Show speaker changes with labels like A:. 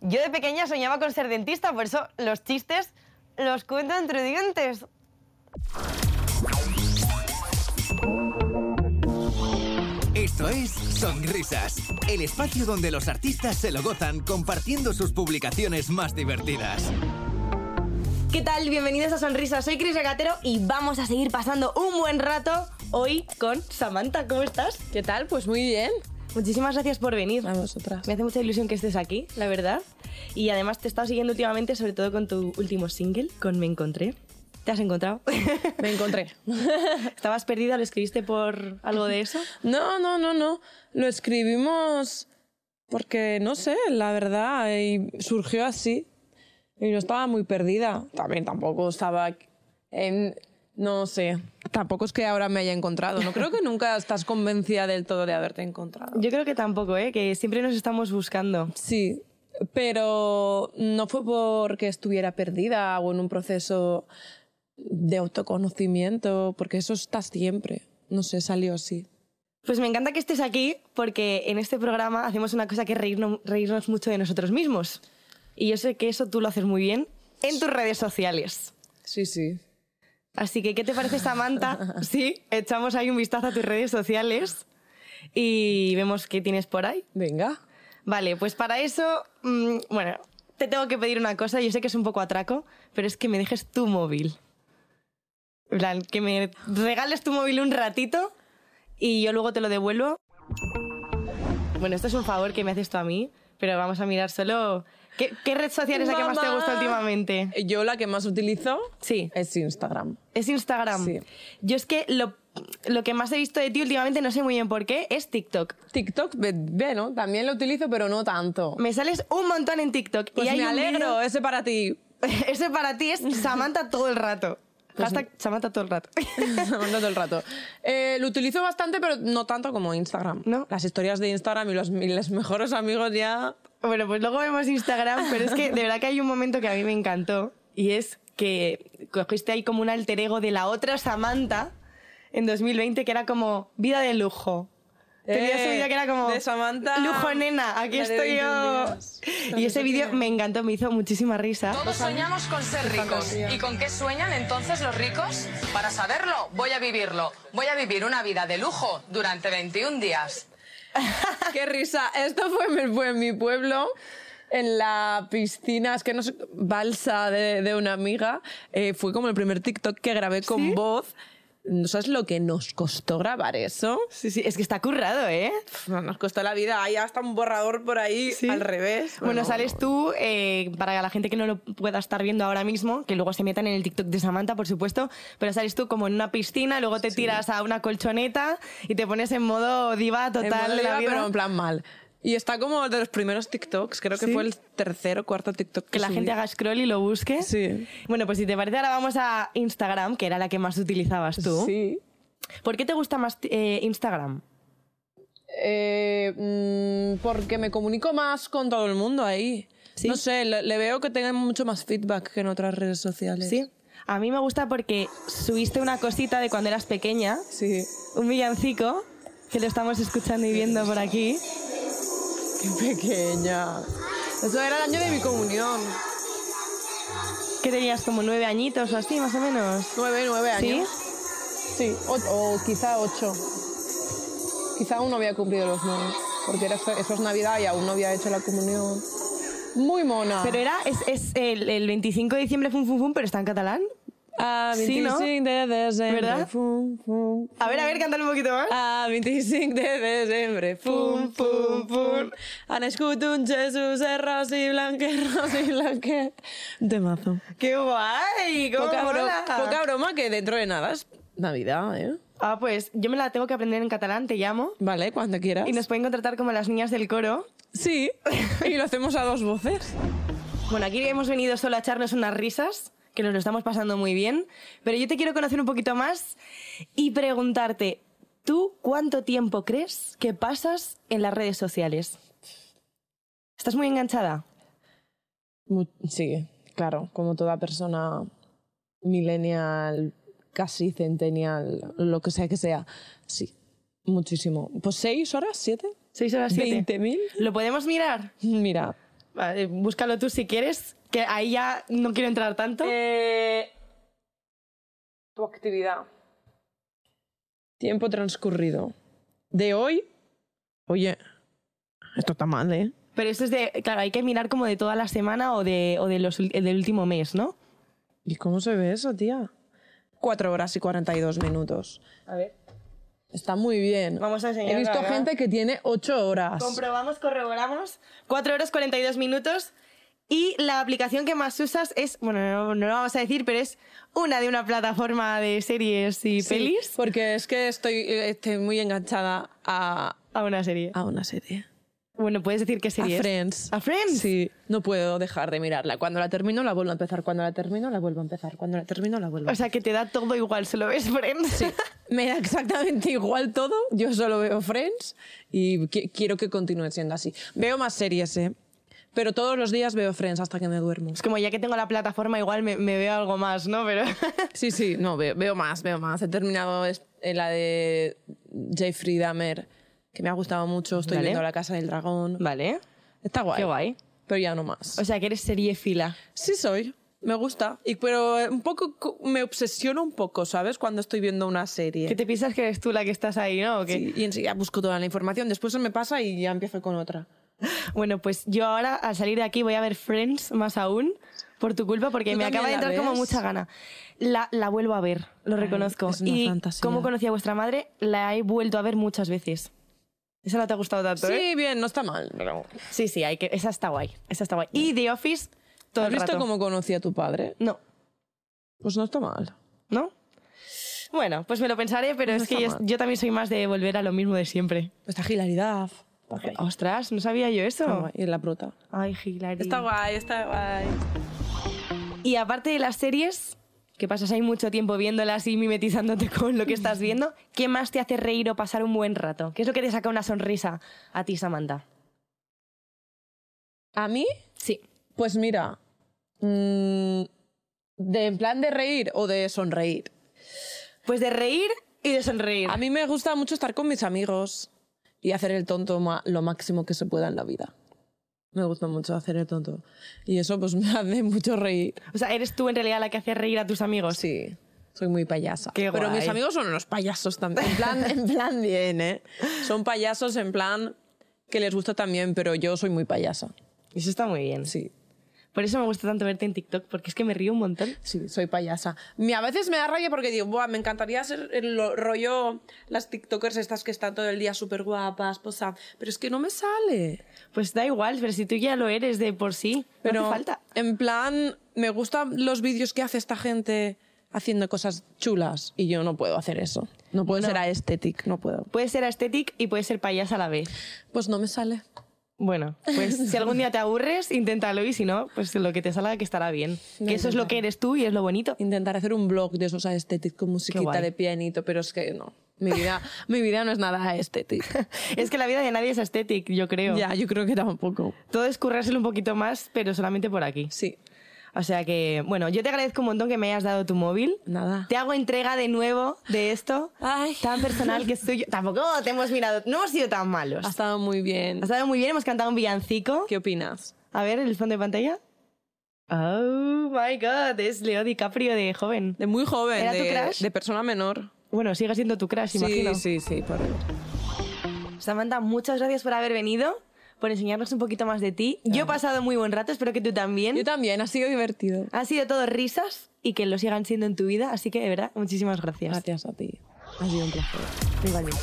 A: Yo de pequeña soñaba con ser dentista, por eso los chistes los cuento entre dientes.
B: Esto es Sonrisas, el espacio donde los artistas se lo gozan compartiendo sus publicaciones más divertidas.
A: ¿Qué tal? Bienvenidos a Sonrisas. Soy Cris Regatero y vamos a seguir pasando un buen rato hoy con Samantha. ¿Cómo estás?
C: ¿Qué tal? Pues muy bien.
A: Muchísimas gracias por venir.
C: A vosotras.
A: Me hace mucha ilusión que estés aquí, la verdad. Y además te he estado siguiendo últimamente, sobre todo con tu último single, con Me Encontré. ¿Te has encontrado?
C: Me encontré.
A: ¿Estabas perdida? ¿Lo escribiste por algo de eso?
C: No, no, no, no. Lo escribimos porque, no sé, la verdad, y surgió así. Y no estaba muy perdida. También tampoco estaba en... No sé. Tampoco es que ahora me haya encontrado. No creo que nunca estás convencida del todo de haberte encontrado.
A: Yo creo que tampoco, ¿eh? Que siempre nos estamos buscando.
C: Sí, pero no fue porque estuviera perdida o en un proceso de autoconocimiento, porque eso está siempre. No sé, salió así.
A: Pues me encanta que estés aquí porque en este programa hacemos una cosa que es reírnos, reírnos mucho de nosotros mismos. Y yo sé que eso tú lo haces muy bien en tus redes sociales.
C: Sí, sí.
A: Así que, ¿qué te parece, Samantha? Sí, echamos ahí un vistazo a tus redes sociales y vemos qué tienes por ahí.
C: Venga.
A: Vale, pues para eso, mm, bueno, te tengo que pedir una cosa. Yo sé que es un poco atraco, pero es que me dejes tu móvil. En plan, que me regales tu móvil un ratito y yo luego te lo devuelvo. Bueno, esto es un favor que me haces tú a mí, pero vamos a mirar solo. ¿Qué, qué red social es la que más te
C: Mamá.
A: gusta últimamente?
C: Yo la que más utilizo
A: Sí.
C: es Instagram.
A: Es Instagram.
C: Sí.
A: Yo es que lo, lo que más he visto de ti últimamente, no sé muy bien por qué, es TikTok.
C: TikTok, ve- bueno, también lo utilizo, pero no tanto.
A: Me sales un montón en TikTok. y
C: Pues
A: hay
C: me
A: un
C: alegro, ese para ti.
A: vídeo- Ese para ti es Samantha todo el rato.
C: Pues
A: Hashtag Samantha todo el rato.
C: Mando todo el rato. Eh, lo utilizo bastante, pero no tanto como Instagram.
A: No.
C: Las historias de Instagram y los, y los mejores amigos ya...
A: bueno, pues luego vemos Instagram, pero es que de verdad que hay un momento que a mí me encantó y es que cogiste ahí como un alter ego de la otra Samantha en 2020 que era como vida de lujo. Tenía
C: Eh,
A: ese vídeo que era como
C: de Samantha.
A: lujo nena, aquí
C: La de
A: estoy
C: 21
A: yo.
C: días.
A: Y ese vídeo me encantó, me hizo muchísima risa.
D: Todos soñamos con ser ricos. ¿Y con qué sueñan entonces los ricos? Para saberlo, voy a vivirlo. Voy a vivir una vida de lujo durante 21 días.
C: ¡Qué risa! Esto fue, en mi- fue en mi pueblo, en la piscina, es que no sé, balsa de, de una amiga. Eh, fue como el primer TikTok que grabé con voz. ¿No sabes lo que nos costó grabar eso?
A: Sí, sí, es que está currado, ¿eh?
C: Pf, Nos costó la vida. Hay hasta un borrador por ahí
A: Sí.
C: al revés.
A: Bueno, sales tú, eh, para la gente que no lo pueda estar viendo ahora mismo, que luego se metan en el TikTok de Samantha, por supuesto, pero sales tú como en una piscina, luego te tiras a una colchoneta y te pones en modo diva
C: En
A: total
C: modo
A: de la
C: diva,
A: vida.
C: pero en plan mal. Y está como de los primeros TikToks, creo que
A: Sí.
C: fue el tercero o cuarto TikTok que
A: que la
C: subí.
A: gente haga scroll y lo busque.
C: Sí.
A: Bueno, pues si te parece, ahora vamos a Instagram, que era la que más utilizabas tú.
C: Sí.
A: ¿Por qué te gusta más eh, Instagram?
C: Eh, mm, porque me comunico más con todo el mundo ahí. No sé, le, le veo que tengan mucho más feedback que en otras redes sociales.
A: Sí. A mí me gusta porque subiste una cosita de cuando eras pequeña,
C: Sí.
A: un villancico, que lo estamos escuchando y viendo por aquí.
C: Qué pequeña. Eso era el año de mi comunión.
A: Que tenías como nueve añitos o así, más o menos.
C: Nueve, nueve
A: ¿Sí?
C: años. Sí. O, o quizá ocho. Quizá aún no había cumplido los nueve. Porque era, eso es Navidad y aún no había hecho la comunión. Muy mona.
A: Pero era, es, es el, el 25 de diciembre, fun, fun, fun, pero está en catalán.
C: A
A: Sí, ¿no?
C: 25 Ah, de diciembre.
A: ¿Verdad?
C: fum, fum.
A: A ver, a ver, cantar un poquito más.
C: A 25 de desembre, pum, pum, pum, han escut un Jesús erros i blanquer, ros i blanquer. De mazo.
A: ¡Qué guay! ¡Cómo
C: Poca, bro-
A: mola!
C: poca broma que dentro de nada es Navidad, ¿eh?
A: Ah, pues yo me la tengo que aprender en catalán, te llamo.
C: Vale, cuando quieras.
A: Y nos pueden contratar como las niñas del coro.
C: Sí, y lo hacemos a dos voces.
A: Bueno, aquí hemos venido solo a echarnos unas risas, que nos lo estamos pasando muy bien. Pero yo te quiero conocer un poquito más y preguntarte, ¿tú cuánto tiempo crees que pasas en las redes sociales? ¿Estás muy enganchada?
C: Mu- Sí, claro, como toda persona millennial, casi centennial, lo que sea que sea. Sí, muchísimo. Pues seis horas, siete,
A: ¿Seis horas siete?
C: veinte mil.
A: ¿Lo podemos mirar?
C: Mira,
A: Vale, búscalo tú si quieres, que ahí ya no quiero entrar tanto.
C: Eh, tu actividad. Tiempo transcurrido. De hoy. Oye, esto está mal, ¿eh?
A: Pero eso es de, claro, hay que mirar como de toda la semana o, de, o de los, ul- eh, del último mes, ¿no?
C: ¿Y cómo se ve eso, tía? Cuatro horas y 42 minutos.
A: A ver.
C: Está muy bien.
A: Vamos a enseñar,
C: He visto
A: ¿verdad?
C: gente que tiene ocho horas.
A: Comprobamos, corroboramos. 4 horas 42 minutos. Y la aplicación que más usas es, bueno, no, no lo vamos a decir, pero es una de una plataforma de series y
C: Sí,
A: pelis
C: Porque es que estoy, eh, estoy muy enganchada a,
A: a una serie.
C: a una serie.
A: Bueno, puedes decir qué
C: A
A: serie es?
C: Friends.
A: ¿A Friends?
C: Sí, no puedo dejar de mirarla. Cuando la termino, la vuelvo a empezar. Cuando la termino, la vuelvo a empezar. Cuando la termino, la vuelvo a
A: O sea, que te da todo igual, solo ves Friends.
C: Me da exactamente igual todo. Yo solo veo Friends y qui- quiero que continúe siendo así. Veo más series, ¿eh? Pero todos los días veo Friends hasta que me duermo.
A: Es como ya que tengo la plataforma, igual me, me veo algo más, ¿no? Pero
C: Sí, sí, no, veo, veo más, veo más. He terminado es- eh, la de Jeffrey Dahmer, que me ha gustado mucho. Estoy
A: Vale.
C: viendo La Casa del Dragón.
A: Vale.
C: Está guay. Pues
A: Qué guay.
C: Pero ya no más.
A: O sea, que eres serie fila.
C: Sí soy, me gusta. Y, pero eh, un poco co- me obsesiono un poco, ¿sabes? Cuando estoy viendo una serie.
A: ¿Qué te piensas que eres tú la que estás ahí, no? ¿O qué?
C: Sí, y enseguida busco toda la información, después se me pasa y ya empiezo con otra.
A: Bueno, pues yo ahora al salir de aquí voy a ver Friends más aún por tu culpa porque
C: ¿Tú
A: me
C: también
A: acaba de
C: la
A: entrar como
C: ves?
A: mucha gana. La, la vuelvo a ver, lo reconozco.
C: es una
A: y
C: fantasía.
A: como conocí a vuestra madre, la he vuelto a ver muchas veces. Esa no te ha gustado tanto, ¿eh?
C: Sí, bien, no está mal. Pero...
A: Sí, sí, hay que... esa está guay. Esa está guay. Y The Office, todo
C: ¿Has
A: el
C: visto
A: rato.
C: cómo conocí a tu padre?
A: No,
C: Pues no está mal.
A: ¿no? Bueno, pues me lo pensaré, pero
C: No
A: es que
C: está
A: yo,
C: mal.
A: yo también soy más de volver a lo mismo de siempre.
C: Está hilaridad. Está guay.
A: Ostras, no sabía yo eso.
C: Está guay, Y en la prota.
A: Ay, Hilary.
C: guay, está guay.
A: Y aparte de las series, que pasas ahí mucho tiempo viéndolas y mimetizándote con lo que estás viendo, ¿qué más te hace reír o pasar un buen rato? ¿Qué es lo que te saca una sonrisa a ti, Samantha?
C: ¿A mí?
A: Sí.
C: Pues mira, mm, de en plan de reír o de sonreír.
A: Pues de reír y de sonreír.
C: A mí me gusta mucho estar con mis amigos y hacer el tonto ma- lo máximo que se pueda en la vida. Me gusta mucho hacer el tonto. Y eso pues me hace mucho reír.
A: O sea, eres tú en realidad la que hace reír a tus amigos.
C: Sí, soy muy payasa.
A: Qué
C: Pero
A: guay.
C: mis amigos son unos payasos también. En plan, en plan bien, ¿eh? Son payasos en plan que les gusta también, pero yo soy muy payasa.
A: Eso está muy bien.
C: Sí,
A: Por eso me gusta tanto verte en TikTok, porque es que me río un montón.
C: sí, soy payasa. Mi- A veces me da rabia porque digo, Buah, me encantaría ser el lo- rollo las TikTokers estas que están todo el día súper guapas, posa. Pero es que no me sale.
A: Pues da igual, pero si tú ya lo eres de por sí,
C: Pero
A: no hace falta.
C: en plan, me gustan los vídeos que hace esta gente haciendo cosas chulas y yo no puedo hacer eso. No puedo ser aesthetic, no puedo.
A: Puedes ser aesthetic y puedes ser payasa a la vez.
C: Pues no me sale.
A: Bueno, pues si algún día te aburres, inténtalo y si no, pues lo que te salga que estará bien.
C: Lo
A: que eso es lo que eres tú y es lo bonito.
C: Intentar hacer un blog de esos aesthetic con musiquita
A: guay.
C: de pianito, pero es que no. Mi vida, mi vida no es nada aesthetic.
A: Es que la vida de nadie es estética, yo creo.
C: ya, yo creo que tampoco.
A: Todo es currárselo un poquito más, pero solamente por aquí.
C: Sí,
A: O sea que, bueno, yo te agradezco un montón que me hayas dado tu móvil.
C: nada.
A: Te hago entrega de nuevo de esto
C: Ay.
A: tan personal que es tuyo. Tampoco te hemos mirado, no hemos sido tan malos.
C: Ha estado muy bien.
A: Has estado muy bien, hemos cantado un villancico.
C: ¿Qué opinas?
A: A ver, el fondo de pantalla. Oh my god, es Leo DiCaprio de joven.
C: De muy joven,
A: ¿Era tu
C: de,
A: crush?
C: de persona menor.
A: Bueno, sigue siendo tu crush, imagino.
C: sí, sí, por favor.
A: Samantha, muchas gracias por haber venido, por enseñarnos un poquito más de ti. Yo he pasado muy buen rato, espero que tú
C: Yo
A: también.
C: también, ha sido divertido.
A: Han sido todo risas y que lo sigan siendo en tu vida, así que de verdad, muchísimas gracias.
C: Gracias a ti. Ha sido un placer.
A: Igualmente.